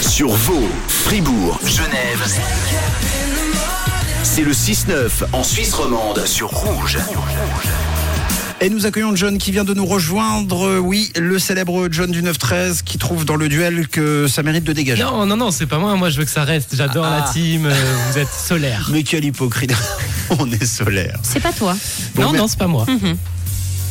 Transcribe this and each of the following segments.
Sur Vaud, Fribourg, Genève. C'est le 6-9 en Suisse romande sur Rouge. Et nous accueillons John qui vient de nous rejoindre. Euh, Oui, le célèbre John du 9-13 qui trouve dans le duel que ça mérite de dégager. Non, non, non, c'est pas moi. Moi, je veux que ça reste. J'adore Ah. la team. euh, vous êtes solaire. Mais quel hypocrite. On est solaire. C'est pas toi. Bon, non, mais- non, c'est pas moi. Mhm.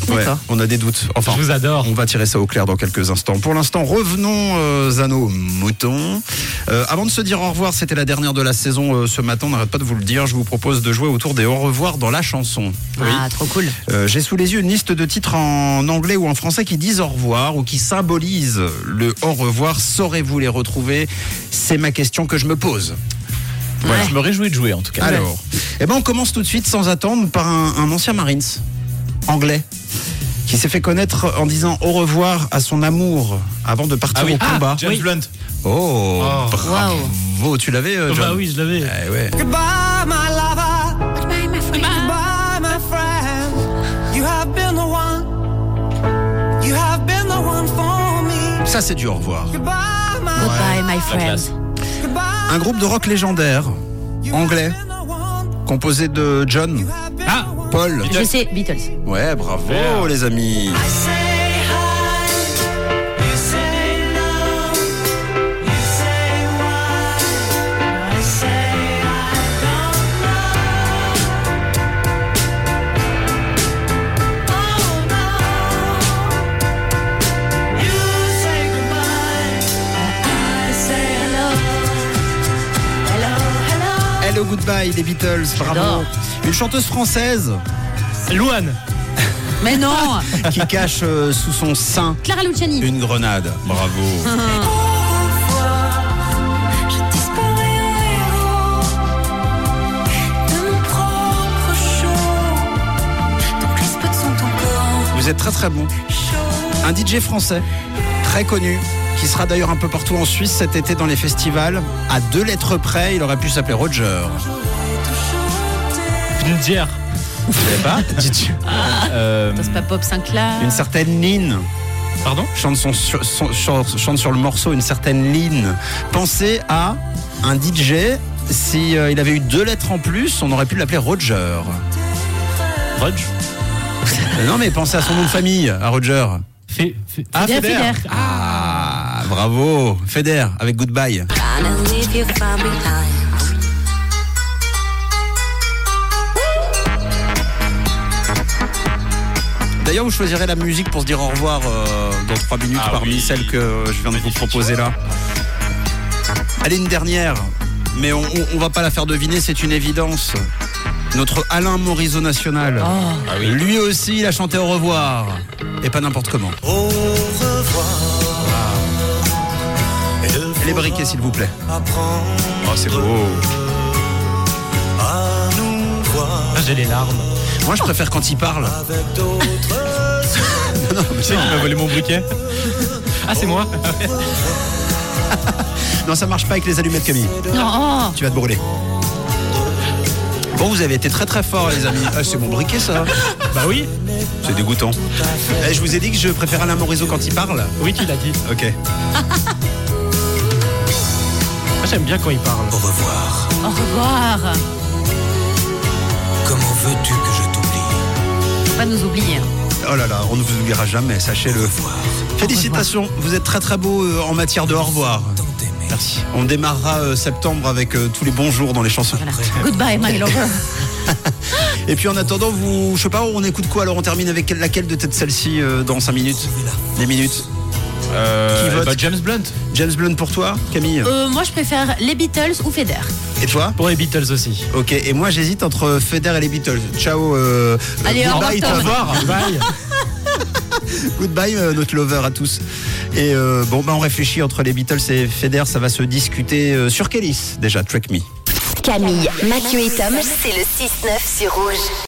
D'accord. on a des doutes. Enfin, Je vous adore. on va tirer ça au clair dans quelques instants. Pour l'instant, revenons euh, à nos moutons. Euh, avant de se dire au revoir, c'était la dernière de la saison euh, ce matin. On n'arrête pas de vous le dire. Je vous propose de jouer autour des au revoir dans la chanson. Ah, trop cool. Euh, J'ai sous les yeux une liste de titres en anglais ou en français qui disent au revoir ou qui symbolisent le au revoir. Saurez-vous les retrouver C'est ma question que je me pose. Ouais. Je me réjouis de jouer en tout cas. Alors, eh ben on commence tout de suite sans attendre par un, un ancien Marines anglais qui s'est fait connaître en disant au revoir à son amour avant de partir Ah oui. au combat. James Oui. Blunt. Oh, Oh, bravo. Tu l'avais, euh, John Bah oui, je l'avais. Eh ouais. Goodbye, my lover. Goodbye, my friend. You have been the one. You have been the one for me. Ça, c'est du au revoir. Goodbye, my Goodbye, my friend. classe. Goodbye. Un groupe de rock légendaire You have anglais been the one. composé de John, You have been Ah. the one. Paul. Je sais, Beatles. Ouais, bravo Super. les amis. I say hi. You say no. You say why. I say I don't know. Oh no. You say goodbye. I say hello. Hello, hello. Hello Goodbye des Beatles, bravo. J'adore. Une chanteuse française Louane. Mais non qui cache euh, sous son sein Clara Luciani. une grenade. Bravo. Je disparais en de mon propre show. Ton crisp sont encore Vous êtes très très bon. chauds. Un DJ français très connu qui sera d'ailleurs un peu partout en Suisse cet été dans les festivals. À deux lettres près, il aurait pu s'appeler Roger. Ginger. Vous savez pas DJ. Euh, Attends, C'est pas Bob Sinclair. Une certaine Lynn Pardon chante, son- sur- son- chante- chante sur le morceau une certaine Lynn. Pensez à un DJ. Si euh, il avait eu deux lettres en plus, on aurait pu l'appeler Roger. Roger. Euh, Non mais pensez à son nom de famille, à Roger. Fé- fé- Ah, Bien, Federer. Federer. Ah, bravo. Feder avec Goodbye. Gonna leave you far behind. D'ailleurs, vous choisirez la musique pour se dire au revoir euh, dans 3 minutes Ah parmi oui. celles que je viens de vous proposer là. Allez, une dernière, mais on, on- on va pas la faire deviner, c'est une évidence. Notre Alain Morisot National. Ah Lui aussi, il a chanté au revoir. Et pas n'importe comment. Au revoir. Il Les faudra briquets, s'il vous plaît. Apprendre oh, c'est beau. à nous voir Ah, J'ai les larmes. Moi, je préfère quand il parle. avec d'autres. Tu sais qui m'a volé mon briquet Ah, c'est moi. Non, ça marche pas avec les allumettes, Camille. Non, Tu vas te brûler. Bon, vous avez été très très fort, les amis. Ah, c'est mon briquet, ça. bah oui. C'est dégoûtant. Eh, je vous ai dit que je préfère Alain Morisot quand il parle. Oui, tu l'as dit. Ok. Moi, Ah, j'aime bien quand il parle. Au revoir. oh, au revoir. Comment veux-tu que je t'oublie Faut Pas nous oublier. hein. Oh là là, on ne vous oubliera jamais, sachez-le. Félicitations, vous êtes très très beau euh, en matière de au revoir. Tant t'aimer. Merci. On démarrera euh, septembre avec euh, tous les bons jours dans les chansons. Voilà. Goodbye, my lover. Et puis en attendant, vous, je sais pas, on écoute quoi Alors on termine avec laquelle de tête celle-ci euh, dans 5 minutes Des minutes. Euh, Qui vote bah, James Blunt. James Blunt pour toi, Camille Euh, moi, je préfère les Beatles ou Feder. Et toi Pour les Beatles aussi. Ok, et moi j'hésite entre Feder et les Beatles. Ciao. euh, Allez, euh, Ah, au revoir, bah, goodbye, Tom. au revoir. Bye. Goodbye, euh, notre lover à tous. Et euh, bon, bah, on réfléchit entre les Beatles et Feder, ça va se discuter euh, sur Kélis, déjà, Track Me. Camille, Mathieu et Tom, c'est le 6-9 sur Rouge.